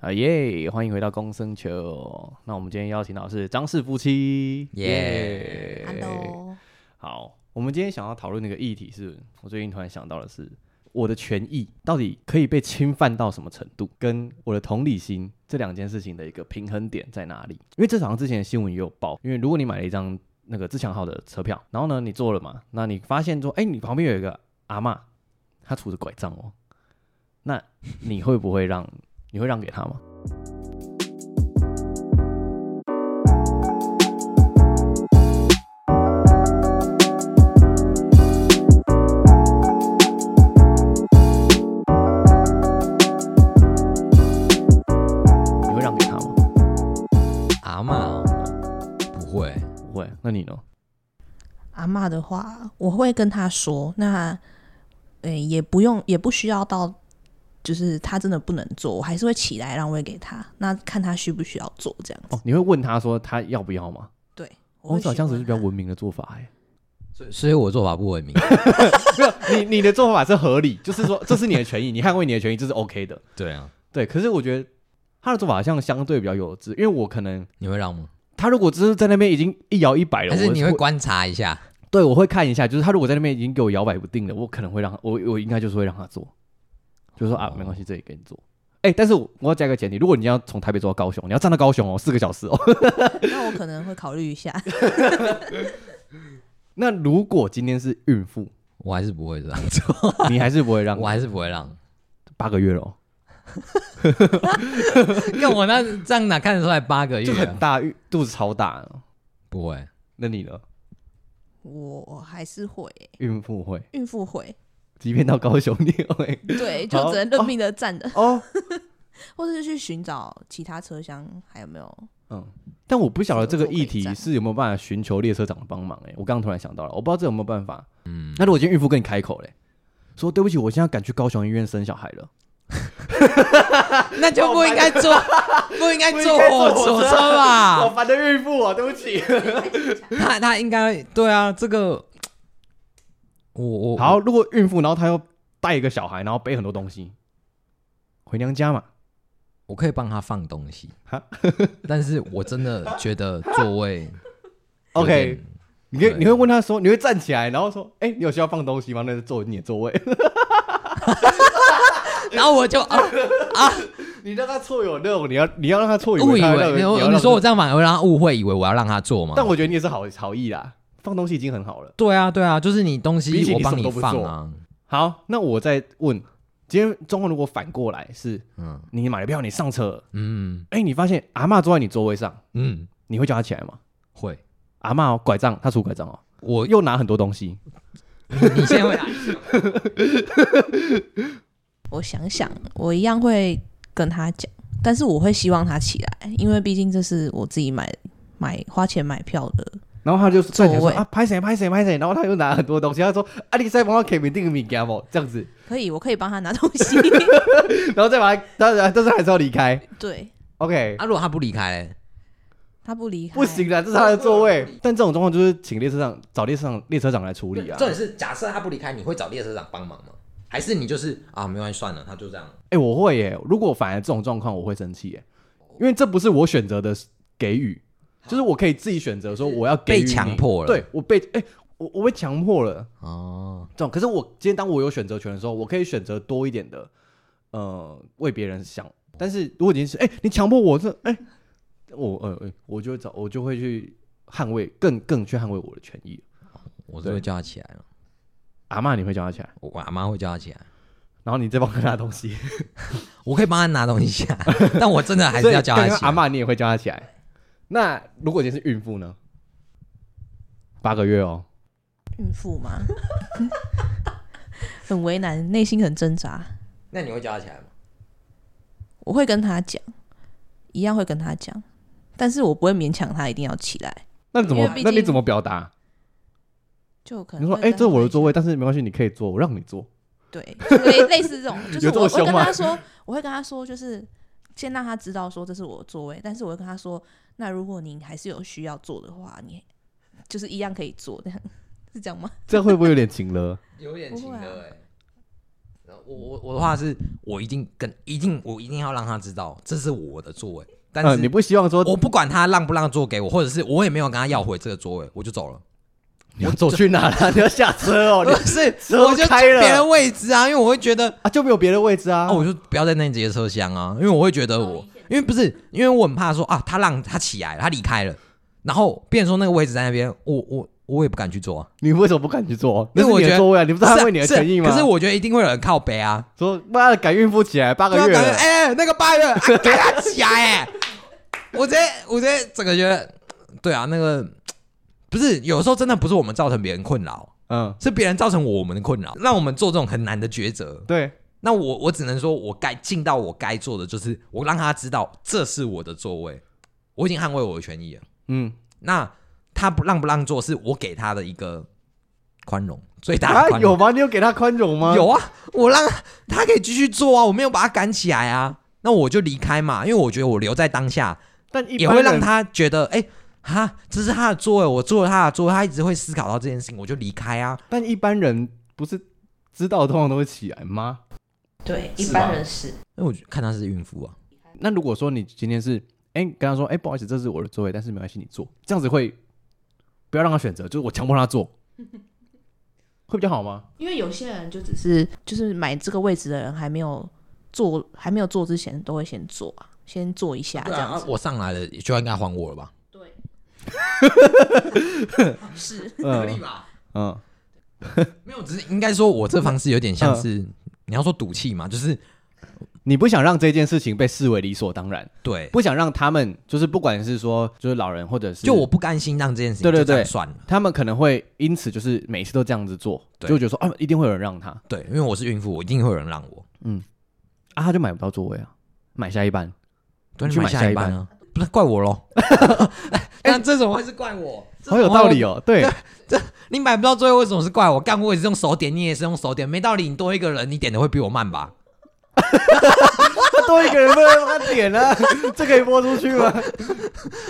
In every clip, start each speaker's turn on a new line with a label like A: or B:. A: 啊耶！欢迎回到公生球。那我们今天邀请到的是张氏夫妻，
B: 耶
C: Hello，
A: 好，我们今天想要讨论的一个议题是，我最近突然想到的是，我的权益到底可以被侵犯到什么程度，跟我的同理心这两件事情的一个平衡点在哪里？因为这好像之前的新闻也有报，因为如果你买了一张那个自强号的车票，然后呢你坐了嘛，那你发现说，哎、你旁边有一个阿嬷，她拄着拐杖哦，那你会不会让？你会让给她吗？你会让给她吗？
B: 阿嬷哦不会，
A: 不会。那你呢？
C: 阿嬷的话，我会跟她说，那，嗯、也不用，也不需要到，就是她真的不能做，我还是会起来让位给她，那看她需不需要做这样子。
A: 哦，你会问她说她要不要吗？
C: 对，
A: 哦，
C: 会
A: 这好像
C: 询
A: 是
C: 问
A: 比较
C: 她
A: 文明的做法哎。
B: 所以所以我做法不文明。
A: 没有，你你的做法是合理， 就是说这是你的权益，你捍卫你的权益，这是 OK 的。
B: 对啊，
A: 对，可是我觉得他的做法好像相对比较幼稚，因为我可能
B: 你会让吗？
A: 他如果只是在那边已经一摇一摆了，
B: 还是
A: 哎我
B: 你会观察一下？
A: 对我会看一下，就是他如果在那边已经给我摇摆不定了，我可能会让他我我应该就是会让他做，就说啊
B: 哦
A: 没关系，这里给你做。哎、但是我我要加一个前提，如果你要从台北坐到高雄，你要站到高雄哦，四个小时哦。
C: 那我可能会考虑一下。
A: 那如果今天是孕妇，
B: 我还是 不会这样做，
A: 你还是不会让
B: 我还是不会让。
A: 八个月了哦，
B: 跟我那这样哪看得出来八个月
A: 就很
B: 啊？
A: 大，孕肚子超大了。
B: 不会，
A: 那你呢？
C: 我还是会欸、
A: 孕妇会，
C: 孕 妇会，
A: 即便到高雄你也会。
C: 对，就
A: 好
C: 只能认命的站着，
A: 哦，
C: 或者是去寻找其他车厢还有没有。
A: 嗯，但我不晓得这个议
C: 这
A: 题
C: 个
A: 是有没有办法寻求列车长的帮忙、欸。哎，我刚刚突然想到了，我不知道这有没有办法。嗯，那如果今天孕妇跟你开口嘞，说对不起，我现在赶去高雄医院生小孩了，
B: 那就不应该坐，不应该坐
A: 不应该坐
B: 火
A: 火
B: 火
A: 车
B: 车吧？
A: 烦的孕妇啊，对不起。
B: 他他应该对啊，这个我我
A: 好，如果孕妇然后她又带一个小孩，然后背很多东西回娘家嘛，
B: 我可以帮他放东西
A: 哈，
B: 但是我真的觉得座位 有
A: OK
B: 点
A: 你会
B: 对
A: 你会问她说，你会站起来，然后说，哎、你有需要放东西吗？那就坐你的座位，
B: 然后我就啊，
A: 你让她错有那种，你要你要让她错以
B: 误以
A: 她让
B: 为你
A: 要
B: 说
A: 让
B: 你
A: 她
B: 说我这样反而会让他误会，以为我要让他做嘛？
A: 但我觉得你也是好好意啦，放东西已经很好了。
B: 对啊，对啊，就是你东
A: 比起
B: 西
A: 你
B: 我帮
A: 什么都不
B: 放
A: 做
B: 啊，
A: 好，那我再问，今天状况如果反过来是，
B: 嗯
A: 你买了票，你上车了，
B: 嗯
A: 哎、你发现阿嬷坐在你座位上，
B: 嗯，
A: 你会叫她起来吗？
B: 会。
A: 阿嬷、哦、拐杖，她拄拐杖哦，
B: 我
A: 又拿很多东西，
B: 你先回来，
C: 我想想，我一样会跟他讲，但是我会希望他起来，因为毕竟这是我自己买买花钱买票的。
A: 然后她就站起来说
C: 座位
A: 啊，拍谁拍谁拍谁，然后她又拿很多东西，她说啊，你再帮我 K 明定个米给我这样子，
C: 可以，我可以帮他拿东 西。
A: 然后再把她，当然但是还是要离开
C: 对
A: ，OK，、
B: 啊，如果他不离开嘞，
C: 他不离开，
A: 不行啦，这是她的座位，但这种状况就是请列车长找列车长列车长来处理啊。
B: 点是，假设他不离开，你会找列车长帮忙吗？还是你就是啊，没关系，算了，他就这样。
A: 哎、我会耶。如果反而这种状况，我会生气耶，因为这不是我选择的给予，就是我可以自己选择说我要给予
B: 被强
A: 你
B: 迫了
A: 对我被哎、我我被强迫了
B: 哦，
A: 这种。可是我今天当我有选择权的时候，我可以选择多一点的，呃，为别人想。但是如果你是哎、你强迫我这哎、我呃呃我就会找我就会去捍卫更更去捍卫我的权益。
B: 我就会叫他起来了，
A: 阿嬷，你会叫他起来，
B: 哦我阿妈会叫他起来，
A: 然后你再帮他拿东西，
B: 我可以帮他拿东西啊，但我真的 还
A: 所以
B: 是要叫他
A: 刚刚
B: 起
A: 阿
B: 来。
A: 嬷你也会叫她起来。那如果你是孕妇呢？八个月哦，
C: 孕妇吗？ 很为难，内心很挣扎。
B: 那你会叫他起来吗？
C: 我会跟他讲，一样会跟他讲，但是我不会勉强他一定要起来，
A: 那你怎
C: 因
A: 么
C: 为毕？
A: 那你
C: 竟
A: 怎么表达？
C: 就可
A: 你
C: 能
A: 说，
C: 会
A: 哎，
C: 跟
A: 这
C: 他
A: 是我的座位，
C: 讲，
A: 但是没关系，你可以坐，我让你坐。
C: 对，就类类似这种，就是
A: 有这么
C: 我会
A: 凶
C: 跟
A: 吗
C: 他说，我会跟他说，就是先让他知道说这是我的座位，但是我会跟他说，那如果您还是有需要做的话，你就是一样可以做，这样是这样吗？
A: 这样会不会有点情了？欸
B: 有点
C: 不会啊
B: 哎。然后我我我的话是，我一定跟一定我一定要让他知道这是我的座位， 但
A: 嗯，
B: 是
A: 你不希望说
B: 我不管他让不让座给我，或者是我也没有跟他要回这个座位，我就走了。
A: 你要走去哪 了？你要下车 哦，
B: 不
A: 你
B: 是，
A: 车
B: 我就坐
A: 开了
B: 别人位置啊，因为我会觉得
A: 啊就没有别的位置啊。
B: 啊，我就不要在那节车厢啊，因为我会觉得我，因为不是，因为我很怕说啊，他让他起来了，他离开了，然后变成说那个位置在那边，我我我也不敢去坐啊。
A: 你为什么不敢去坐？那
B: 因为
A: 是
B: 我
A: 你
B: 觉
A: 的
B: 得
A: 座位啊，你不是捍卫你的
B: 是啊
A: 权益吗？
B: 可是我觉得一定会有人靠北啊，
A: 说妈的改孕妇起来八个
B: 对啊，
A: 月
B: 感觉
A: 了，
B: 哎、那个八月， 啊给他起来哎、我直接我直接整个觉得，对啊，那个不是有时候真的不是我们造成别人困扰，
A: 嗯，
B: 是别人造成我们的困扰，让我们做这种很难的抉择。
A: 对，
B: 那我我只能说，我该尽到我该做的，就是我让他知道这是我的座位，我已经捍卫我的权益了。
A: 嗯，
B: 那他不让不让座，是我给他的一个宽容，最大
A: 啊
B: 的宽容。
A: 有吗？你有给他宽容吗？
B: 有啊，我让他他可以继续做啊，我没有把他赶起来啊，那我就离开嘛，因为我觉得我留在当下
A: 但一般
B: 也会让
A: 人
B: 他觉得，哎、哈，这是他的座位，我坐了他的座位，他一直会思考到这件事情，我就离开啊。
A: 但一般人不是知道通常都会起来吗？
C: 对，
A: 是
C: 一
A: 吧
C: 般人是
B: 因为我就看他是孕妇啊，
A: 那如果说你今天是，哎、跟他说，哎、不好意思，这是我的座位，但是没关系，你坐，这样子会不要让他选择，就是我强迫他 坐，会比较好吗？
C: 因为有些人就只是就是买这个位置的人还没有坐，还没有坐之前都会先坐啊，先坐一下这样
A: 啊
C: 子。
B: 我上来了就应该还我了吧？
C: 对，哦是
A: 嗯
B: 吧？
A: 嗯，
B: 没有，只是应该说我这方式有点像是、
A: 嗯
B: 你要说赌气嘛，就是
A: 你不想让这件事情被视为理所当然，
B: 对，
A: 不想让他们就是不管是说就是老人或者是
B: 就我不甘心让这件事
A: 对
B: 情
A: 对
B: 就这样
A: 对
B: 算了，
A: 他们可能会因此就是每次都这样子做，
B: 对
A: 就会觉得说啊，一定会有人让他，
B: 对，因为我是孕妇，我一定会有人让我。
A: 啊，他就买不到座位啊，买下一班。
B: 对，
A: 你
B: 你
A: 去
B: 买
A: 买下
B: 下
A: 一
B: 一
A: 班
B: 班啊，不是怪我 喽？那这种会是怪我，
A: 好有道理。哦， 对，
B: 你买不到座位，为什么是怪我？干我也是用手点，你也是用手点，没道理。你多一个人，你点的会比我慢吧？
A: 他多一个人不 能让他点啊，这可以播出 去吗？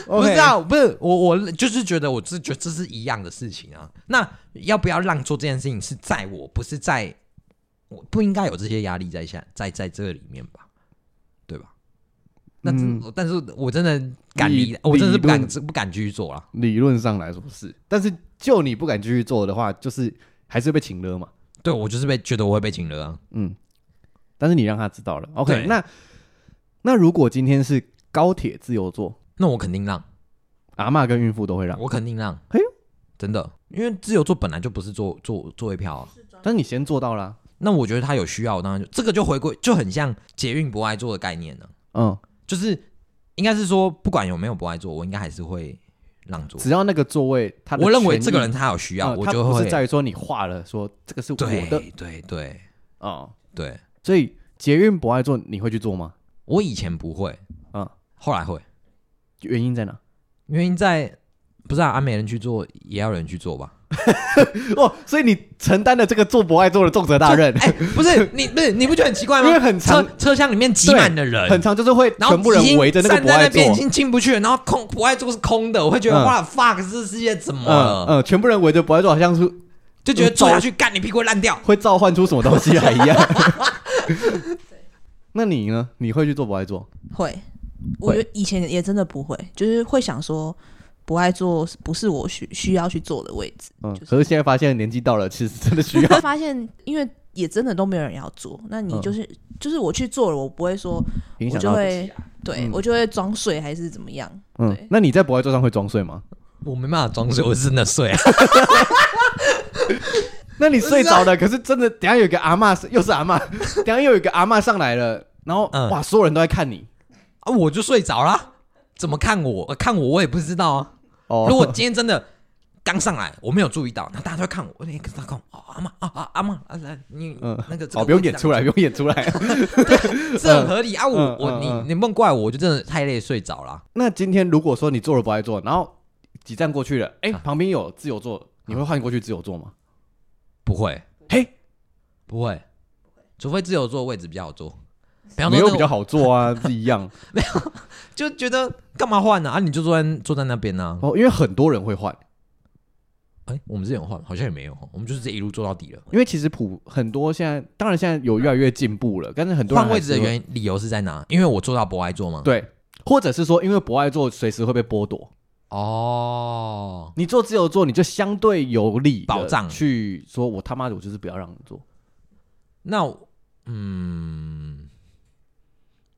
B: 不是啊，不是我，我就是觉得我是觉得这是一样的事情啊。那要不要让座这件事情是在我，不是在我不应该有这些压力在下，在在这里面吧？对吧？那、
A: 嗯
B: 但是我真的敢
A: 理
B: 离，我真的是不敢
A: 理
B: 不敢继续做了。
A: 理论上来说是，但是就你不敢继续做的话，就是还是被请了嘛。
B: 对我就是被觉得我会被请了啊。
A: 嗯，但是你让他知道了，OK
B: 对
A: 那。那如果今天是高铁自由座，
B: 那我肯定让。
A: 阿嬷跟孕妇都会让，
B: 我肯定让。
A: 哎呦
B: 真的，因为自由座本来就不是坐坐座位票、啊，
A: 但你先做到啦、
B: 那我觉得他有需要，当然就这个就回归就很像捷运不爱坐的概念啊了、
A: 嗯，
B: 就是应该是说不管有没有不爱坐，我应该还是会让座。
A: 只要那个座位，他的
B: 我认为
A: 权益
B: 这个人他有需要，
A: 呃
B: 我
A: 他
B: 就
A: 不
B: 会
A: 是在于说你画了说这个是我
B: 对
A: 的
B: 对对
A: 哦，
B: 对，
A: 所以捷运不爱做，你会去做吗？
B: 我以前不会，
A: 嗯
B: 嗯，后来会，
A: 原因在哪？
B: 原因在不是啊，啊没人去做，也要有人去 做吧？
A: 哦，所以你承担了这个做不爱做的重责大任，
B: 哎、不是你不是你不觉得很奇怪
A: 因为
B: 吗？
A: 很
B: 车
A: 长
B: 车厢里面挤
A: 对
B: 满了 人，
A: 很长就是会
B: 然后
A: 全部人围着那个
B: 已经
A: 不
B: 站在
A: 爱
B: 那
A: 做
B: 边已，经进不去了，然后空不爱做是空的，我会觉得
A: 嗯
B: 哇 fuck，这世界怎么
A: 嗯
B: 了？
A: 嗯，全部人围着不爱做，好像是
B: 就觉得坐下去干你屁股会烂掉。
A: 会召唤出什么东西来一样。 那你呢？你会去做不爱做？
C: 会，我觉得以前也真的不会，就是会想说不爱做不是我需需要去做的位 置，
A: 嗯
C: 就，是
A: 可是现在发现年纪到了，其实真的需要。
C: 会发现因为也真的都没有人要做，那你就是、就是我去做了，我不会说
A: 嗯影
C: 我
A: 响
C: 就
A: 到
C: 会对、
A: 嗯
C: 我就会装睡还是怎么样，
A: 嗯
C: 对，
A: 那你在不爱做上会装睡吗？
B: 我没办法装睡，我是真的睡啊。
A: 那你睡着了，可是真的，等一下有一个阿嬷，又是阿 嬷，等一下又有一个阿嬷上来了，然后
B: 嗯
A: 哇，所有人都在看你
B: 啊，我就睡着啦。怎么看我？呃看我我也不知道啊。
A: 哦。
B: 如果今天真的刚上来，我没有注意到，那大家都会看我。我那个大看我哦，阿妈啊啊阿妈啊，来你
A: 嗯
B: 那个这个
A: 哦，不用
B: 位置
A: 演出来，不用演出来。
B: 这很合理啊。
A: 嗯
B: 我
A: 嗯
B: 我你
A: 嗯
B: 你梦怪我，我就真的太累睡着了。
A: 那今天如果说你做了不爱做，然后几站过去了，哎、旁边有自由座，你会换过去自由座吗？
B: 不会，
A: 嘿，
B: 不会，除非自由座位置比较好坐。比方
A: 没
B: 说、
A: 有
B: 那个，
A: 比较好做啊，是一样
B: 就啊觉得干嘛换呢、啊？你就坐在坐在那边呢、
A: 哦，因为很多人会换，
B: 哎、我们之前有换，好像也没有哦，我们就是这一路做到底了。
A: 因为其实普很多现在，当然现在有越来越进步了，但是很多人
B: 换位置的
A: 还是会
B: 原因理由是在哪？因为我做到博爱座吗？，
A: 对，或者是说因为不爱做，随时会被剥夺。
B: 哦，
A: 你做自由做，你就相对有理地
B: 保障
A: 去说，我他妈的我就是不要让你做。
B: 那我嗯，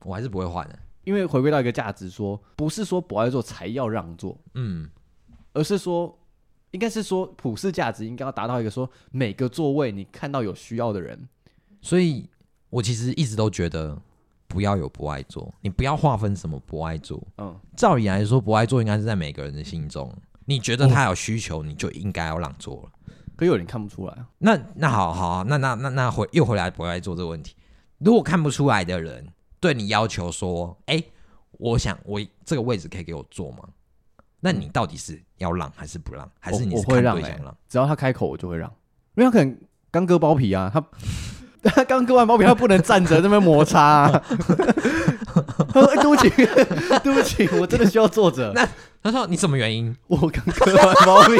B: 我还是不会换的、
A: 因为回归到一个价值说不是说不爱做才要让座，
B: 嗯，
A: 而是说，应该是说普世价值应该要达到一个说，每个座位你看到有需要的人，
B: 所以我其实一直都觉得不要有不爱做，你不要划分什么不爱做。
A: 嗯，
B: 照理来说，不爱做应该是在每个人的心中，你觉得他有需求，你就应该要让座了。
A: 可有人看不出来啊，
B: 那那好好啊，那那那那回又回来不爱做这个问题。如果看不出来的人对你要求说，哎、我想我这个位置可以给我坐吗？那你到底是要让还是不让，还是你
A: 我
B: 是
A: 会
B: 看
A: 让
B: 对
A: 欸
B: 象让？
A: 只要他开口我就会让，因为他可能刚割包皮啊，他他 刚割完包皮，他不能站着在那边摩擦、啊， 他说、哎对不起， 对不起，我真的需要坐着，
B: 那他说你什么原因？
A: 我刚割完包皮，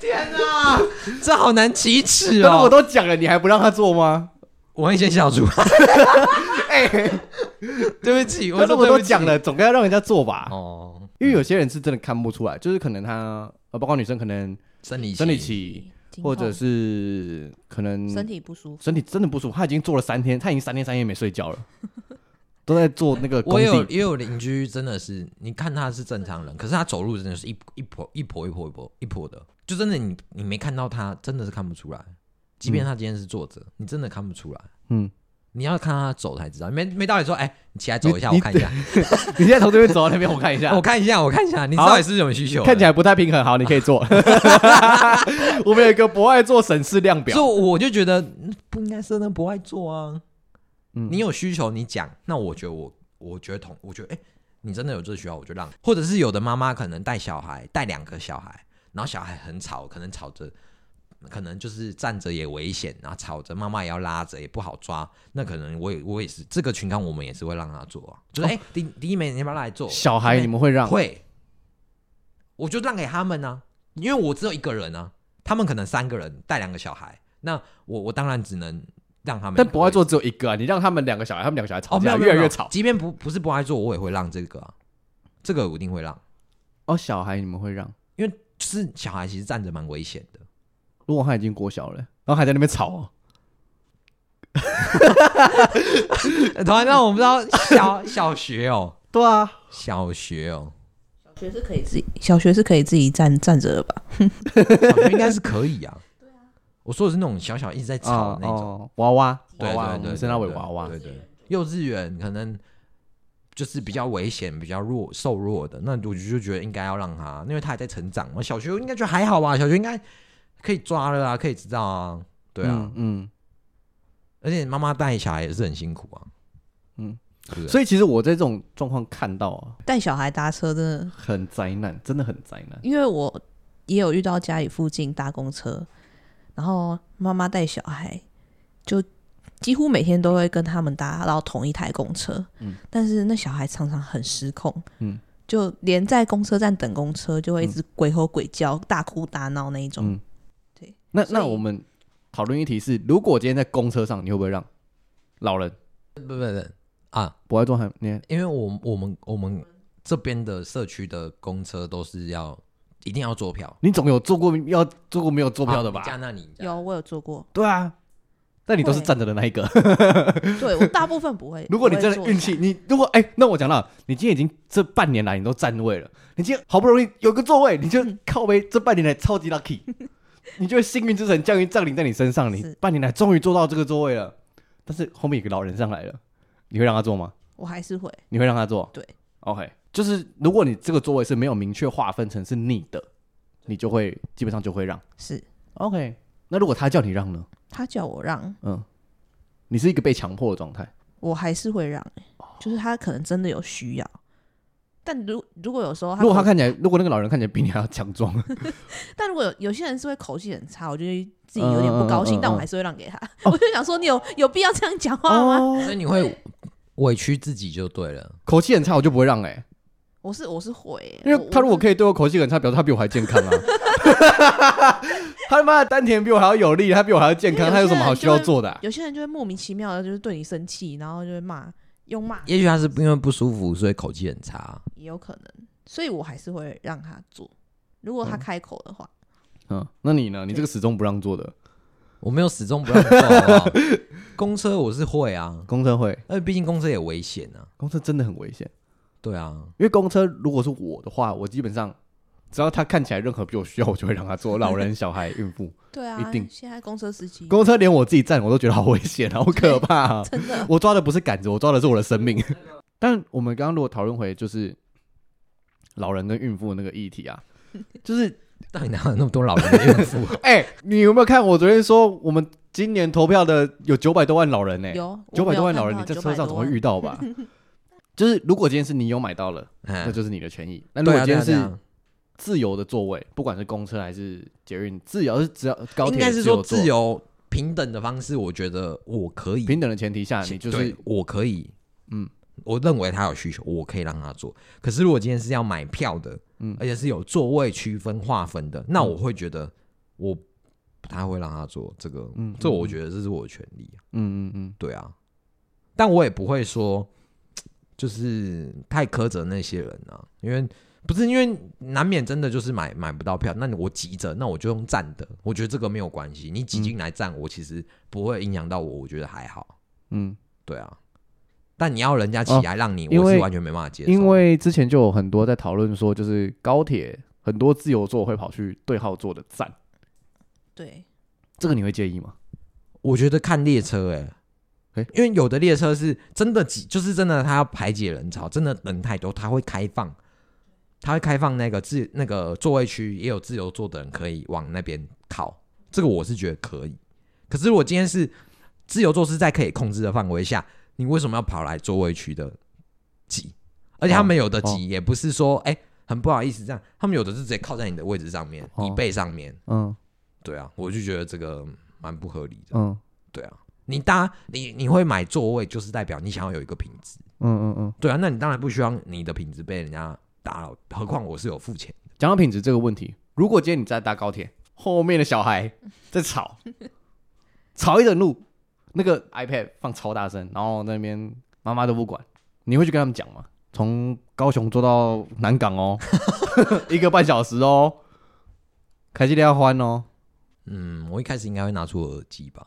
B: 天哪、这好难 启齿
A: 但是我
B: 哦！
A: 都讲了，你还不让他坐 吗？
B: 我会先笑出来。 哎 对不起，
A: 但是
B: 说
A: 我
B: 对
A: 都
B: 不起
A: 讲了，总该要让人家坐吧，
B: 哦，
A: 因为有些人是真的看不出来，就是可能他呃，包括女生可能。
B: 生理
A: 生理期，或者是嗯可能
C: 身体不舒服，
A: 身体真的不舒服，他已经做了三天，他已经三天三夜没睡觉 了，都在做那个工
B: 我有
A: 地。
B: 也有邻居，真的是，你看他是正常人，可是他走路真的是一一跛一跛一跛一跛一跛的，就真的你你没看到他，真的是看不出来。即便他今天是坐着，你真的看不出来。
A: 嗯，
B: 你要看他走才知道，没没道理说，哎、你起来走一下，
A: 你
B: 我看 一下，
A: 你现在从这边走到那边，我看一下
B: 我，看一下，我看一下，你
A: 好
B: 到底是什么需求？
A: 看起来不太平衡。好，你可以 做。我们有一个博爱做审视量
B: 所
A: 表，
B: 以我就觉得嗯不应该是那不爱做啊。
A: 嗯
B: 你有需求你讲，那我觉得我我觉得同我觉得哎、你真的有这个需要我就让，或者是有的妈妈可能带小孩带两个小孩，然后小孩很吵，可能吵着。可能就是站着也危险，然后吵着妈妈也要拉着，也不好抓。那可能我也我也是这个群康，我们也是会让他做啊。就是哎、第第一枚你要不要来做？
A: 哦小孩你们会让？
B: 会，我就让给他们啊，因为我只有一个人啊，他们可能三个人带两个小孩，那我我当然只能让他们。
A: 但博爱做只有一个啊，你让他们两个小孩，他们两个小孩吵
B: 哦，没
A: 架
B: 有没
A: 越来
B: 有没
A: 越
B: 有
A: 吵。
B: 即便不不是不爱做，我也会让这个、啊，这个我一定会让，
A: 哦，小孩你们会让？
B: 就是小孩其实站着蛮危险的。
A: 如果他已经国小了，然后还在那边吵哦，
B: 呃突然让我们知道小小学哦，
A: 对啊，
B: 小学哦，
C: 小学是可以自己，小学是可以自己站站着的吧？
B: 小学应该是可以啊。我说的是那种小小一直在吵的那种。
A: 哦哦娃娃，
B: 对
A: 娃娃，我
B: 对对，
A: 们称它为
B: 对
A: 娃娃。
B: 对对，幼稚园可能就是比较危险、比较弱、瘦弱的，那我就就觉得应该要让他，因为他还在成长嘛。小学应该觉得还好吧，啊小学应该可以抓了啊，可以知道啊，对啊。
A: 嗯嗯。
B: 而且妈妈带小孩也是很辛苦啊，
A: 嗯
B: 对不对，啊
A: 所以其实我在这种状况看到啊，
C: 带小孩搭车真的
A: 很灾难，真的很灾难。
C: 因为我也有遇到家里附近搭公车，然后妈妈带小孩，就几乎每天都会跟他们搭到同一台公车。
A: 嗯，
C: 但是那小孩常常很失控。
A: 嗯，
C: 就连在公车站等公车，就会一直鬼吼鬼叫、大哭大闹那一种。
A: 嗯
C: 对，
A: 那
C: 所以
A: 那我们讨论一题是：如果今天在公车上，你会不会让老人
B: 不不不啊，
A: 不爱坐还你
B: 因为我我们我们这边的社区的公车都是要一定要坐票，
A: 你总有坐过要坐过没有坐票的吧
B: 啊你？家那你家
C: 有我有坐过，
A: 对啊，但你都是
C: 会
A: 站着的那一个。。
C: 对我大部分不会
A: 如果你
C: 不
A: 真
C: 会
A: 的
C: 坐
A: 运
C: 下
A: 气，，你如果哎、那我讲到，你今天已经这半年来你都占位了，你今天好不容易有个座位，你就
C: 嗯
A: 靠背这半年来超级 lucky，你就会幸运之神降临降临在你身上，你
C: 是
A: 半年来终于坐到这个座位了，但是后面有个老人上来了，你会让他坐吗？
C: 我还是会。
A: 你会让他坐？
C: 对
A: ，OK，就是如果你这个座位是没有明确划分成是你的，你就会基本上就会让
C: 是
A: OK。那如果他叫你让呢？
C: 他叫我让，
A: 嗯，你是一个被强迫的状态。
C: 我还是会让、欸
A: 哦
C: 就是他可能真的有需要。但如如果有时候哦他
A: 如果他
C: 可
A: 看
C: 能
A: 起来，如果那个老人看起来比你还要强壮，
C: 但如果有有些人是会口气很差，我就会自己有点不高兴，
A: 嗯嗯嗯嗯
C: 但我还是会让给他。我就想说，你有有必要这样讲话吗？
A: 哦
B: 所以你会委屈自己就对了。
A: 口气很差，我就不会让哎、
C: 我是我是会欸、
A: 因为他如果
C: 以，
A: 可以对我口气很差，表示他比我还健康啊。 他妈的丹田比我还要有力，他比我还要健康，
C: 因
A: 他
C: 为
A: 有
C: 有些
A: 什么好
C: 人
A: 需
C: 就
A: 要
C: 会
A: 做的啊、
C: 有些人就会莫名其妙的，就是对你生气，然后就会骂，用骂
B: 也许他是因为不舒服，所以口气很差。
C: 也有可能，所以我还是会让他做。如果他开口的话，
A: 嗯，那你呢？你这个始终不让做的
B: 我没有始终不让你坐好不好 公车我是会啊，
A: 公车会，
B: 因为毕竟公车也危险啊。
A: 公车真的很危险。
B: 对啊，
A: 因为公车如果是我的话，我基本上只要他看起来任何比我需要，我就会让他坐。老人、小孩、孕妇，
C: 对啊，
A: 一定
C: 现在公车司机
A: 公车连我自己站我都觉得好危险，好可怕、啊。
C: 真的
A: 我抓的不是杆子，我抓的是我的生命。 但我们刚刚如果讨论回就是老人跟孕妇那个议题啊，就是
B: 到底哪有那么多老人的孕妇 啊？
A: 哎、你有没有看我昨天说我们今年投票的有九百多万老人呢、
C: 有
A: 九百多万老人，你在
C: 在
A: 车上总会遇到吧？就是如果今天是你有买到了，那
B: 嗯
A: 就是你的权益。那如
B: 对
A: 果
B: 啊，
A: 今
B: 对啊
A: 天
B: 对
A: 是
B: 啊，
A: 自由的座位，不管是公车还是捷运，自由是只要高铁，
B: 应该是说自
A: 由
B: 由平等的方式，我觉得我可以
A: 坐平等的前提下，你就
B: 对
A: 是
B: 我可以，
A: 嗯
B: 嗯，我认为他有需求，我可以让他做。可是如果今天是要买票的，
A: 嗯
B: 嗯，而且是有座位区分划分的，那我会觉得我不太会让他做这个，
A: 嗯
B: 嗯，这我觉得这是我的权利啊，
A: 嗯嗯嗯，
B: 对啊，但我也不会说就是太苛责那些人啊，因为。不是因为难免真的就是买买不到票，那我急着，那我就用站的，我觉得这个没有关系。你挤进来站，我其实不会影响到我，我觉得还好。
A: 嗯，
B: 对啊，但你要人家起来让你，
A: 哦因
B: 我
A: 为
B: 是完全没办法接受。
A: 因为之前就有很多在讨论说，就是高铁很多自由座会跑去对号座的站，
C: 对，
A: 这个你会介意吗？
B: 我觉得看列车、欸，哎、
A: 诶
B: 因为有的列车是真的挤，就是真的，它要排解人潮，真的人太多，它会开放，它会开放那个自那个座位区，也有自由座的人可以往那边靠，这个我是觉得可以。可是我今天是自由座是在可以控制的范围下，你为什么要跑来座位区的挤？而且他们有的
A: 哦哦
B: 挤也不是说哎、很不好意思这样，他们有的是直接靠在你的位置上面，
A: 哦
B: 椅背上面，
A: 嗯
B: 对啊，我就觉得这个蛮不合理的。
A: 嗯
B: 对啊，你搭你你会买座位，就是代表你想要有一个品质。
A: 嗯嗯嗯。
B: 对啊，那你当然不希望你的品质被人家打扰，何况我是有付钱。
A: 讲到品质这个问题，如果今天你在搭高铁，后面的小孩在吵， 吵一整路，那个 iPad 放超大声，然后那边妈妈都不管，你会去跟他们讲吗？从高雄坐到南港哦， 一个半小时哦，开心的要欢哦，
B: 嗯，我一开始应该会拿出耳机吧。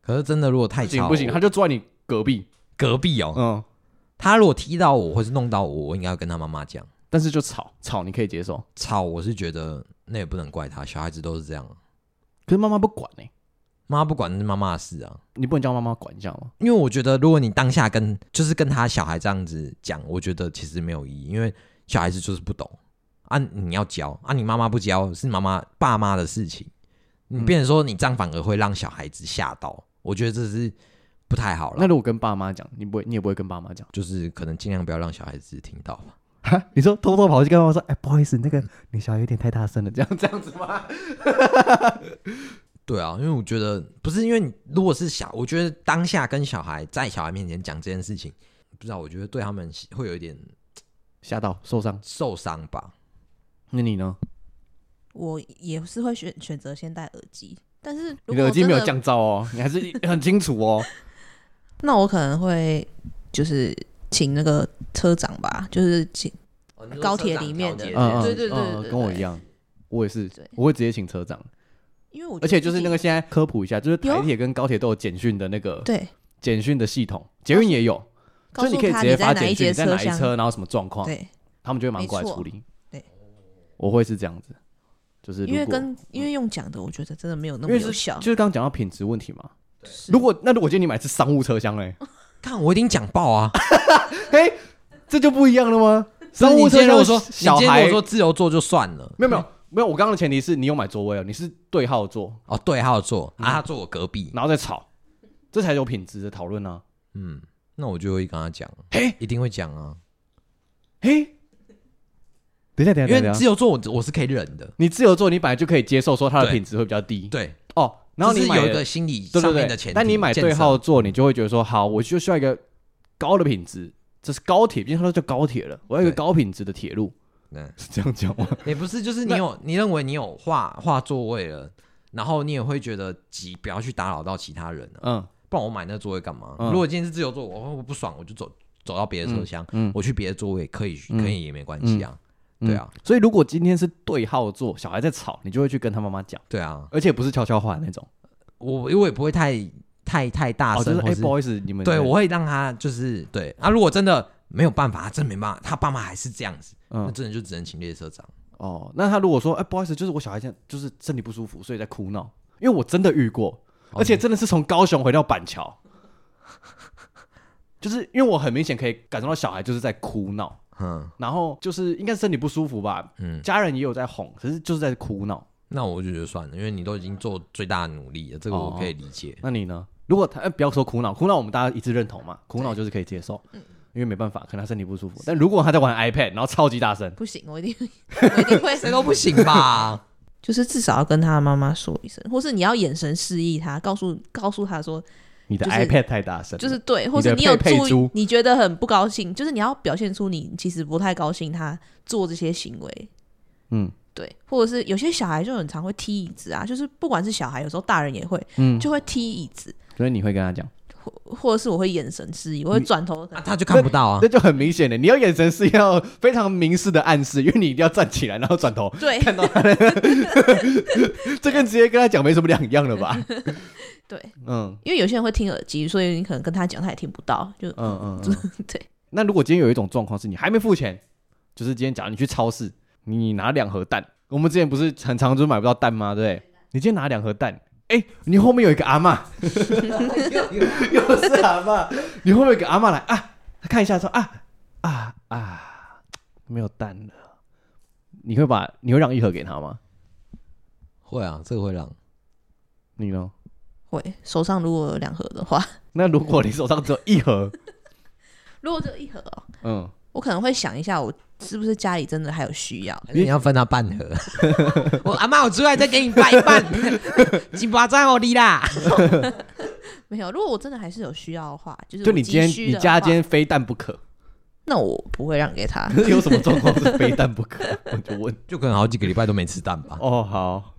B: 可是真的，如果太
A: 不行
B: 吵，
A: 不行，他就坐在你隔壁，
B: 隔壁哦，
A: 嗯，
B: 他如果踢到我或是弄到我，我应该要跟他妈妈讲。
A: 但是就吵吵你可以接受，
B: 吵，我是觉得那也不能怪他，小孩子都是这样，
A: 可是妈妈不管呢、
B: 妈不管那是妈妈的事啊。
A: 你不能叫妈妈管一下吗？
B: 因为我觉得，如果你当下跟就是跟他小孩这样子讲，我觉得其实没有意义，因为小孩子就是不懂啊，你要教啊，你妈妈不教是妈妈爸妈的事情，你变成说你这样反而会让小孩子吓到，我觉得这是不太好
A: 那
B: 了。
A: 如果跟爸妈讲，你不会，你也不会跟爸妈讲。
B: 就是可能尽量不要让小孩子听到吧。
A: 哈，你说偷偷跑去跟妈妈说，哎、不好意思，那个你小孩有点太大声了，这样这样子吗？
B: 对啊，因为我觉得不是因为你如果是小，我觉得当下跟小孩在小孩面前讲这件事情，不知道我觉得对他们会有一点
A: 吓到受伤。
B: 受伤吧。
A: 那你呢？
C: 我也是会选选择先戴耳机，但是如
A: 你
C: 果
A: 的耳机
C: 真
A: 没有
C: 的
A: 降噪哦，你还是很清楚 哦。
C: 那我可能会就是请那个车长吧，就是请
B: 哦你说
C: 高铁
B: 车长
C: 里面
B: 调
C: 的
B: 节
A: 嗯嗯，
C: 对对对
A: 嗯
C: 对
A: 跟我一
C: 对
A: 样，我也是
C: 对，
A: 我会直接请车长。
C: 因为我觉
A: 而
C: 得
A: 且就是
C: 自己
A: 那个现在科普一下，就是台
C: 有
A: 铁跟高铁都有简讯的那个
C: 对，
A: 简讯的系统，捷运也有，
C: 告
A: 所以
C: 诉
A: 你可以
C: 他
A: 直
C: 你
A: 接
C: 在
A: 发
C: 哪
A: 简讯
C: 节
A: 你在哪一
C: 厢，
A: 车，然后什么状况，
C: 对，
A: 他们就会马上过来
C: 没错
A: 处理。
C: 对，
A: 我会是这样子，就是
C: 因为
A: 如果
C: 跟因为用讲的，我觉得真的没有那
A: 因
C: 么
A: 为
C: 有
A: 是
C: 效
A: 就。是刚刚讲到品质问题嘛。
C: 是
A: 如果那如果今天你买的是商务车厢嘞，
B: 看我一定讲爆啊！
A: 哎，这就不一样了吗？商务
B: 你
A: 车
B: 今天如
A: 厢
B: 果说，
A: 是小
B: 你今天
A: 孩
B: 如果说自由座就算了，
A: 没有没有没有，我刚刚的前提是你有买座位哦，你是对号座，
B: 哦，对号座
A: 嗯
B: 啊，他坐我隔壁，
A: 然后再吵，这才有品质的讨论啊。
B: 嗯，那我就会跟他讲，
A: 嘿，
B: 一定会讲啊，
A: 嘿，等一下等一
B: 因
A: 下等
B: 为
A: 一
B: 自
A: 下，
B: 由座我我是可以忍的，
A: 你自由座你本来就可以接受说它的
B: 对
A: 品质会比较低，
B: 对，
A: 哦，然后
B: 这
A: 你
B: 是
A: 买
B: 有一
A: 的
B: 个心理
A: 对
B: 上面
A: 对对
B: 的前提，
A: 但你买
B: 建设
A: 对号座，你就会觉得说好，我就需要一个高的品质这是高铁，毕竟它都叫高铁了，我要一个
B: 对
A: 高品质的铁路，
B: 嗯，
A: 是这样讲吗？
B: 也不是，就是你有你认为你有画画座位了，然后你也会觉得急，不要去打扰到其他人啊，
A: 嗯
B: 不然我买那个座位干嘛？
A: 嗯
B: 如果今天是自由座，我我不爽，我就走走到别的车厢，
A: 嗯，
B: 我去别的座位可以
A: 嗯
B: 可以也没关系啊，
A: 嗯
B: 对啊。
A: 所以如果今天是对号坐，小孩在吵，你就会去跟他妈妈讲，
B: 对啊，
A: 而且不是悄悄话那种，
B: 我我也不会太太太大
A: 哦，就
B: 声，
A: 是
B: 或
A: 哎，
B: 是
A: 不好意思，你们
B: 对我会让他就是对啊，如果真的没有办法，他真没办法，他爸妈还是这样子，那
A: 嗯
B: 真的就只能请列车长。
A: 哦，那他如果说哎，不好意思，就是我小孩现在就是身体不舒服，所以在哭闹，因为我真的遇过，
B: 哦
A: 而且真的是从高雄回到板桥，就是因为我很明显可以感受到小孩就是在哭闹，
B: 嗯
A: 然后就是应该是身体不舒服吧，
B: 嗯，
A: 家人也有在哄，可是就是在哭闹。
B: 那我就觉得算了，因为你都已经做最大的努力了，这个我可以
A: 哦
B: 理
C: 嗯
B: 解。
A: 那你呢？如果他、呃不要说苦恼，苦恼我们大家一致认同嘛，苦恼就是可以接受，
C: 嗯
A: 因为没办法，可能他身体不舒服。但如果他在玩 iPad，然后超级大声，
C: 不行，我一定我一定 会
B: 谁、都不行吧？
C: 就是至少要跟他妈妈说一声，或是你要眼神示意他，告诉告诉他说，
A: 你的
C: 就是
A: iPad 太大声了，
C: 就是对，或是
A: 你
C: 你
A: 的
C: 有
A: 佩佩
C: 注
A: 猪
C: 意，你觉得很不高兴，就是你要表现出你其实不太高兴他做这些行为，
A: 嗯
C: 对，或者是有些小孩就很常会踢椅子啊，就是不管是小孩，有时候大人也会，
A: 嗯，
C: 就会踢椅子，
A: 所以你会跟他讲，
C: 或或者是我会眼神示意，我会转头，
B: 啊，他就看不到啊
A: 那。就很明显的，你要眼神是要非常明示的暗示，因为你一定要站起来，然后转头，
C: 对
A: 看 到他的，这跟直接跟他讲没什么两样了 吧？
C: 对，
A: 嗯
C: 因为有些人会听耳机，所以你可能跟他讲，他也听不到，就
A: 嗯嗯
C: 就
A: 嗯。
C: 对，
A: 那如果今天有一种状况是你还没付钱，就是今天假如你去超市，你拿两盒蛋，我们之前不是很常就买不到蛋吗？对不对？你今天拿两盒蛋，哎、你后面有一个阿嬷，又是阿嬷，你后面有一个阿嬷来啊，她看一下说啊啊啊，没有蛋了，你会把你会让一盒给她吗？
B: 会啊，这个会让。
A: 你呢？
C: 会手上如果有两盒的话，
A: 那如果你手上只有一盒，
C: 如果只有一盒、哦，
A: 嗯，
C: 我可能会想一下，我是不是家里真的还有需要。
B: 你要分他半 盒，我阿妈，我出来再给你拌一拌， 金巴在我里啦。
C: 没有，如果我真的还是有需要的话，就是
A: 就
C: 我
A: 你今天
C: 急需
A: 你
C: 的
A: 家
C: 话
A: 今天非蛋不可，
C: 那我不会让给他。
A: 可是有什么状况是非蛋不可？ 我就问。
B: 就可能好几个礼拜都没吃蛋吧。
A: 哦，好，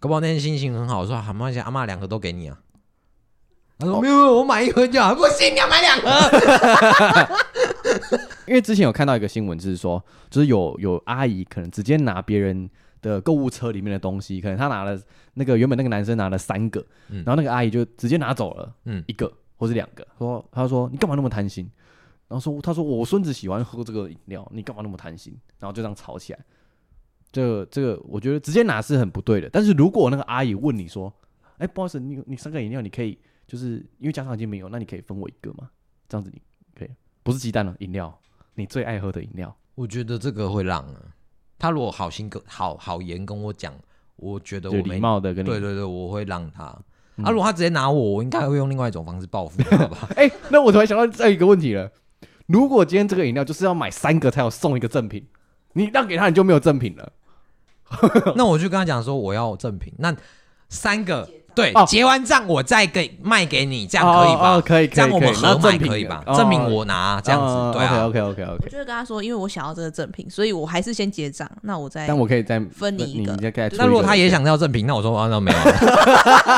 B: 搞不好那天心情很好，说阿妈阿妈两盒都给你啊。他说、
A: 哦
B: 没有没有，我买一盒就好。不行，你要买两盒。
A: 因为之前有看到一个新闻，是说，就是有有阿姨可能直接拿别人的购物车里面的东西，可能她拿了那个原本那个男生拿了三个，
B: 嗯
A: 然后那个阿姨就直接拿走了，
B: 嗯
A: 一个或是两个，说她说你干嘛那么贪心？然后说她说我孙子喜欢喝这个饮料，你干嘛那么贪心？然后就这样吵起来。这个这个，我觉得直接拿是很不对的。但是如果那个阿姨问你说，哎、不好意思，你你三个饮料你可以，就是因为家长已经没有，那你可以分我一个吗？这样子你可以，不是鸡蛋了，哦饮料。你最爱喝的饮料。
B: 我觉得这个会让啊，他如果好心跟好好言跟我讲，我觉得
A: 就
B: 我
A: 礼
B: 没
A: 貌的跟你嗯
B: 对对对，我会让他。啊，如果他直接拿我，我应该会用另外一种方式报复 他吧？
A: 哎、那我突然想到再一个问题了，如果今天这个饮料就是要买三个才有送一个赠品，你让给他你就没有赠品了。
B: 那我就跟他讲说我要赠品，那三个对
A: 哦，
B: 结完账我再给卖给你，这样可以
A: 哦
B: 吧
A: 哦？可以，可以
B: 这样我们
A: 那
B: 合
A: 赠
B: 买
A: 品
B: 可以吧？
A: 哦
B: 证明我拿这样子，对啊。
A: OK OK OK
C: 我
A: OK，
C: 就会跟他说，因为我想要这个赠品，所以我还是先结账，那我
B: 哎
C: 再
A: 但我可以再
C: 分你一个
A: 你再给他出一个。
B: 那如果他也想要赠品，那我说啊，那没有啊，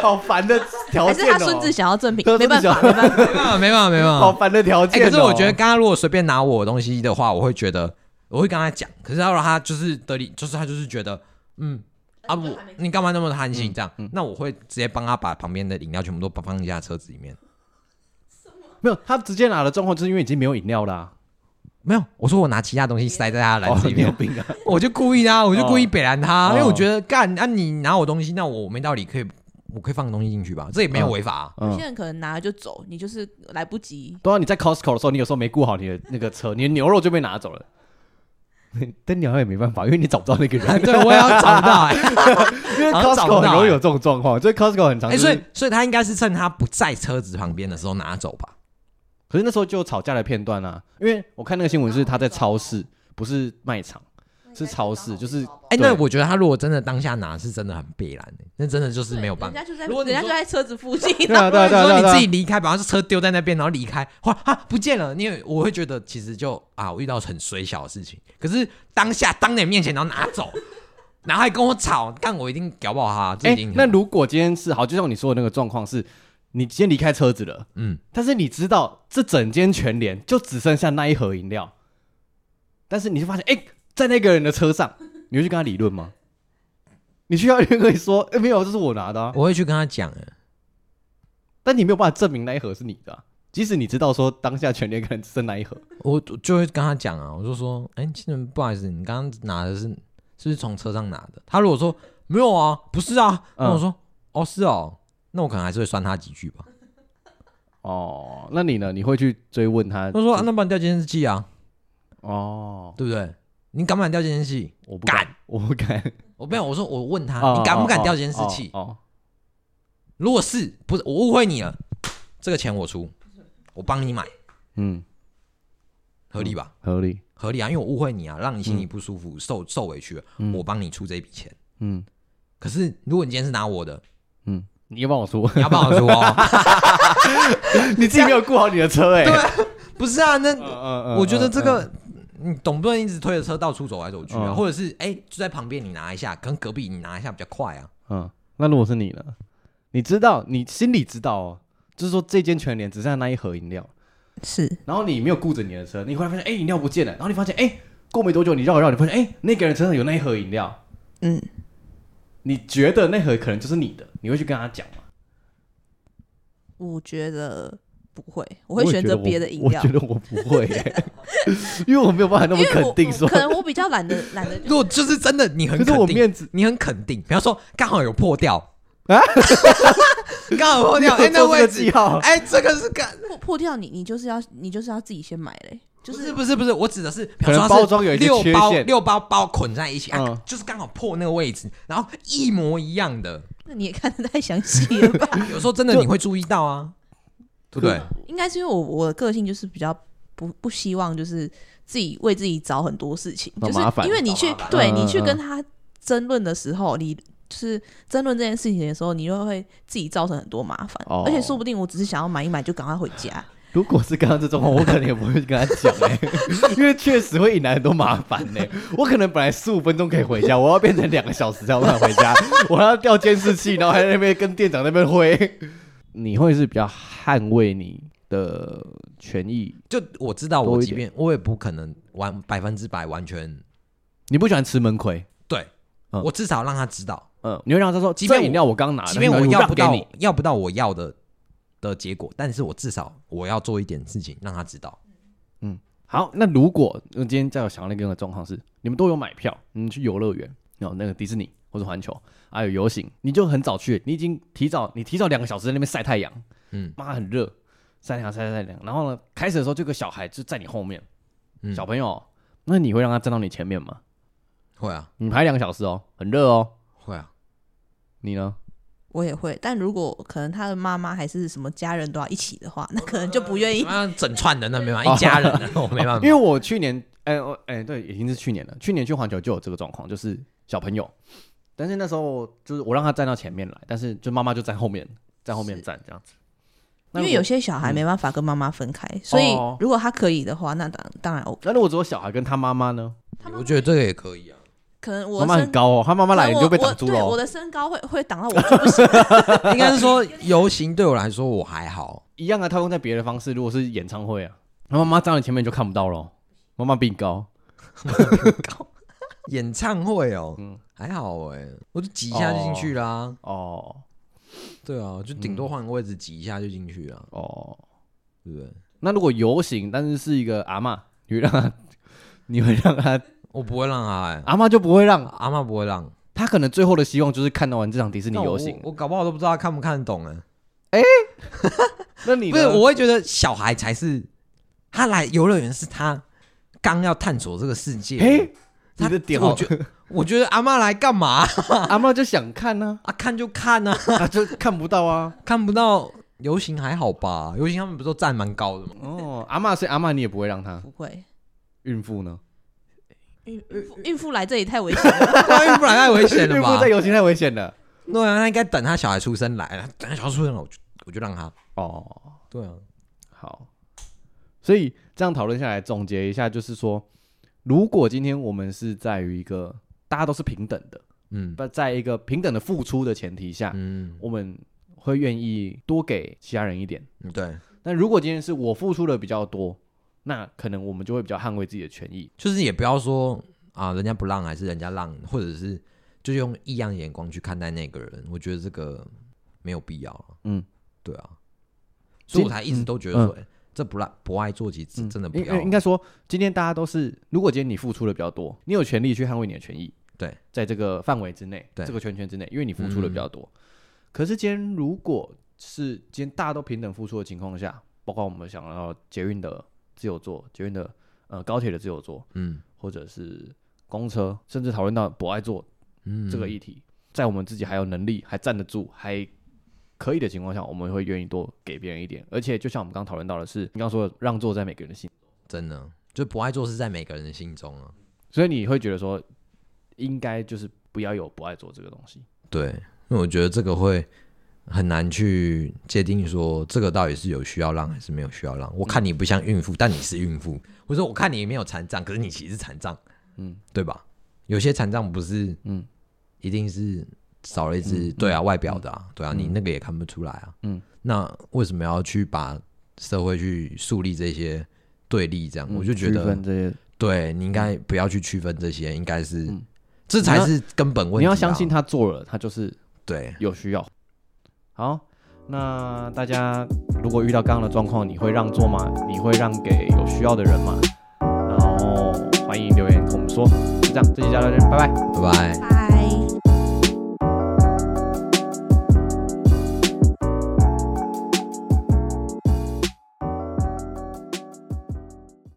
A: 好烦的条
C: 还
A: 件
C: 是
A: 哦，
C: 他孙子想要赠品
A: 他，
C: 没
A: 啊孙子
C: 办
A: 想
C: 法，没办法。
B: 没办法，没办法，没办
A: 好
B: 法。
A: 烦的条
B: 哎、
A: 件哦、
B: 可是我觉得刚刚如果随便拿我的东西的话，我会觉得嗯我会跟他讲，可是要让他就是得理，就是他就是觉得嗯。啊我你干嘛那么贪
A: 嗯
B: 心这样？那我会直接帮他把旁边的饮料全部都放进他车子里面。
A: 没有，他直接拿的状况就是因为已经没有饮料啦、
B: 没有，我说我拿其他东西塞在他的篮子
A: 哦，
B: 里
A: 你
B: 面
A: 有，病啊！
B: 我就故意的、啊，我就故意北拦他，
A: 哦
B: 因为我觉得干，那、你拿我东西，那我没道理可以，我可以放东西进去吧？这也没有违法、啊。
C: 有
A: 嗯
C: 些，人可能拿了就走，你就是来不及。
A: 对啊，你在 Costco 的时候，你有时候没顾好你的那个车，你的牛肉就被拿走了。 但鸟也没办法，因为你找不到那个 人。
B: 对，我也要找不到、欸。
A: 因为
B: 好像找不
A: Costco
B: 到
A: 很容易
B: 欸
A: 有这种状况，所以 Costco 很常、
B: 哎、
A: 就是。
B: 所以所以他应该是趁他不在车子旁边的时候拿走吧？
A: 可是那时候就有吵架的片段啊，因为我看那个新闻是他在超市，不是卖场，是超市，就是
B: 哎、
A: 对
B: 那我觉得他如果真的当下拿，是真的很必然的、那真的就是没有办法。
C: 人家就在，
B: 如果你
C: 人家就
B: 说
C: 在车子附近，
A: 对啊对啊对啊对
B: 如果
A: 啊
B: 你
A: 对啊
B: 自己离开，把他车丢在那边，然后离开，哇啊不见了，因为我会觉得其实就啊，我遇到很水小的事情，可是当下当你面前然后拿走，然后还跟我吵，干我一定搞不好他，这
A: 哎、
B: 一定很、
A: 那如果今天是好，就像你说的那个状况是，你先离开车子了，
B: 嗯，
A: 但是你知道这整间全联就只剩下那一盒饮料，但是你就发现，哎、在那个人的车上，你会去跟他理论吗？你去要就可以说，哎、没有，这是我拿的、啊，
B: 我会去跟他讲，哎
A: 但你没有办法证明那一盒是你的啊、即使你知道说当下全联可能只剩那一盒，
B: 我就会跟他讲啊，我就说，哎、亲人，不好意思，你刚刚拿的是是不是从车上拿的？他如果说没有啊，不是啊，
A: 嗯
B: 那我说、哦是哦，那我可能还是会酸他几句吧。
A: 哦，那你呢？你会去追问他？
B: 他说、啊、那不然调监视器啊，
A: 哦，
B: 对不对？你敢不敢调监视器？
A: 我不敢
B: 敢，
A: 我不敢。
B: 我没有，我说我问他，
A: 哦
B: 你敢不敢
A: 哦
B: 调监视
A: 哦
B: 器？
A: 哦，哦
B: 如果是，不是我误会你了，这个钱我出，我帮你买，
A: 嗯，
B: 合理吧？
A: 合理。
B: 合理啊，因为我误会你啊，让你心里不舒服，受受委屈了，
A: 嗯
B: 我帮你出这笔钱。
A: 嗯
B: 可是如果你今天是拿我 的，
A: 嗯，你要帮我说，
B: 你要帮我出哦，
A: 你自己没有顾好你的车哎、
B: 对不是啊？那
A: 嗯嗯嗯
B: 我觉得这
A: 嗯
B: 个。你总不能一直推着车到处走来走去啊，
A: 嗯
B: 或者是哎、就在旁边你拿一下，跟隔壁你拿一下比较快啊。
A: 嗯，那如果是你呢？你知道，你心里知道哦，就是说这间全联只剩下那一盒饮料，
C: 是
A: 然后你没有顾着你的车，你忽然发现，哎、饮料不见了，然后你发现，哎、过没多久你绕一绕，你发现，哎、那个人身上有那一盒饮料，
C: 嗯，
A: 你觉得那盒可能就是你的，你会去跟他讲吗？
C: 我觉得不会，
A: 我
C: 我会
A: 也
C: 选
A: 觉
C: 择
A: 得我
C: 别的饮料
A: 我觉，得我不 会、欸，因为我没有办法那么
C: 因为我
A: 肯定说
C: 我，可能我比较懒得懒得就
B: 如果就是真的你很
A: 可
B: 肯
A: 是
B: 定，
A: 我面子
B: 你很肯定，比方说刚好有破掉
A: 啊
B: 啊， 刚好 破掉，哎、
A: 有
B: 那
A: 做这
B: 位
A: 个
B: 置
A: 记，号，
B: 哎、这个是干，
C: 破破掉你，你就是要你就是要自己先买嘞，就
B: 就是是不是不是，我指的是，
A: 可
B: 比方
A: 能
B: 说它
A: 包
B: 是
A: 装有一些
B: 六
A: 缺
B: 包
A: 陷
B: 六包包捆在一起，啊，
A: 嗯
B: 就是刚好破那个位置，然后一模一 样的，
C: 那你也看得太详细了吧？
B: 有时候真的
A: 就
B: 你会注意到啊，对不对？
C: 应该是因为我我的个性就是比较不不希望就是自己为自己找很多事情，
A: 找
C: 就是
A: 麻烦
C: 因为你
B: 找
C: 去
B: 麻烦
C: 对
A: 嗯
C: 你去
A: 嗯
C: 跟他争论的时候，你就是争论这件事情的时候，你又会自己造成很多麻烦，
A: 哦
C: 而且说不定我只是想要买一买就赶快回 家，
A: 如果是刚刚这状况，我可能也不会跟他讲 哎、因为确实会引来很多麻烦呢、我可能本来十五分钟可以回家，我要变成两个小时才有办法回家， 我还要调监视器，然后还在那边跟店长那边挥。你会是比较捍卫你的权益？
B: 就我知道，
A: 多
B: 我
A: 一
B: 即便我也不可能完百分之百完全
A: 你不喜欢吃闷亏？
B: 对，
A: 嗯
B: 我至少让他知道，
A: 嗯，你会让他说，
B: 即便
A: 这饮料我刚拿的，
B: 即便
A: 那
B: 我
A: 就
B: 要
A: 让
B: 不
A: 给
B: 到
A: 你，
B: 要不到我要的的结果，但是我至少我要做一点事情让他知道。
A: 好，那如果我今天再有想到一个状况是，你们都有买票，你们去游乐园，有那个迪士尼或者环球，还有游行，你就很早去，你已经提早，你提早两个小时在那边晒太阳，
B: 嗯
A: 妈很热，晒太阳晒晒太阳，然后呢，开始的时候就有个小孩就在你后面，
B: 嗯
A: 小朋友，那你会让他站到你前面吗？
B: 会啊，
A: 你排两个小时哦，很热哦，
B: 会啊，
A: 你呢？
C: 我也会。但如果可能他的妈妈还是什么家人都要一起的
A: 哦
C: 话，那可能就不愿意
B: 啊，整串的那没办法，一家人的 我没办法
A: 因为。我去年，哎、我哎、对，已经是去年了。去年去环球就有这个状况，就是小朋友，但是那时候就是我让他站到前面来，但是就妈妈就站后面，在后面站这样子。那
C: 因
A: 如
C: 为
A: 果
C: 有些小孩没办法跟妈妈分开，所以
A: 哦
C: 如果他可以的话，那当当然 OK。
A: 那如果只有小孩跟他妈妈呢？
C: 他妈
B: 我觉得这个也可 以啊，
C: 可能我
A: 妈妈
C: 身
A: 很高哦，他妈妈来你就被挡住了
C: 我我对，我
A: 哦。
C: 的身高会会挡到我就不行。
B: 应该是说游行对我来说我还好，
A: 一样啊，套用在别的方式，如果是演唱会啊，他妈妈站在前面就看不到咯。妈妈比你高，
B: 演唱会哦，
A: 嗯
B: 还好哎、我就挤一下就进去啦、
A: 哦
B: 对啊，就顶多换个位置挤一下就进去了，
A: 哦。
B: 对不对？
A: 那如果游行，但是是一个阿嬷，你会让他， 你会让他，
B: 我不会让他、欸，
A: 阿嬷就不会让
B: 阿妈不会让。
A: 他可能最后的希望就是看到完这场迪士尼
B: 那
A: 游
B: 我
A: 行。
B: 我搞不好都不知道他看不看得懂哎、
A: 那你
B: 不是，我会觉得小孩才是他来游乐园是他刚要探索这个世界。
A: 嘿，
B: 他
A: 你的点
B: 我
A: 好
B: 觉， 我觉得阿妈来干嘛
A: 阿妈就想看呢，
B: 啊？看就看啊，
A: 他就看不到啊。
B: 看不到游行还好吧？游行他们不是都站蛮高的吗？
A: 哦，阿妈所以阿妈你也不会让她
C: 不会，
A: 孕妇呢？
C: 孕孕孕妇来这里太危险了，
B: 对啊，不然太危险 了
A: 孕
B: 吧
A: 妇在？游行太危险了。
B: 对啊，那应该等他小孩出生来了，等他小孩出生了，我就我就让他。
A: 哦，
B: 对啊，
A: 好，所以这样讨论下来，总结一下就是说，如果今天我们是在于一个大家都是平等的，
B: 嗯
A: 不在一个平等的付出的前提下，
B: 嗯，
A: 我们会愿意多给其他人一点。
B: 对，
A: 但如果今天是我付出的比较多，那可能我们就会比较捍卫自己的权益。
B: 就是也不要说啊，人家不让还是人家让，或者是就用异样眼光去看待那个人，我觉得这个没有必要了。
A: 嗯，
B: 对啊，
A: 所
B: 所
A: 以
B: 以我才一直都觉得说，欸这不让不爱做其实真的不
A: 嗯应
B: 要。啊
A: 应该说，今天大家都是，如果今天你付出的比较多，你有权利去捍卫你的权益。
B: 对，
A: 在这个范围之内，
B: 对嗯
A: 这个圈圈之内，因为你付出的比较多。可是今天如果是今天大家都平等付出的情况下，包括我们想要捷运的自由坐，捷运的呃高铁的自由坐，
B: 嗯
A: 或者是公车，甚至讨论到不爱坐
B: 嗯，
A: 这个议题，在我们自己还有能力、还站得住、还可以的情况下，我们会愿意多给别人一点。而且，就像我们刚刚讨论到的是，你刚刚说的让座在每个人的心，
B: 真的就不爱做是在每个人的心中啊。
A: 所以你会觉得说，应该就是不要有不爱做这个东西。
B: 对，因为我觉得这个会很难去界定说这个到底是有需要让还是没有需要让。我看你不像孕妇，但你是孕妇；我说我看你没有残障，可是你其实是残障，
A: 嗯，
B: 对吧？有些残障不是，
A: 嗯，
B: 一定是少了一只，
A: 嗯
B: 对啊，外表的啊，对啊，
A: 嗯
B: 你那个也看不出来啊，
A: 嗯，
B: 那为什么要去把社会去树立这些对立？这样、我就觉
A: 嗯区
B: 得
A: 分，这些，
B: 对你应该不要去区分这些，应该是、
A: 嗯
B: 这才是根本问
A: 你
B: 题、啊
A: 要相信，他做了，他就是
B: 对。
A: 有需要。好，那大家如果遇到刚刚的状况，你会让座吗？你会让给有需要的人吗？然后欢迎留言跟我们说。就这样，这期就到这边，拜拜。
B: 拜拜。
C: 拜。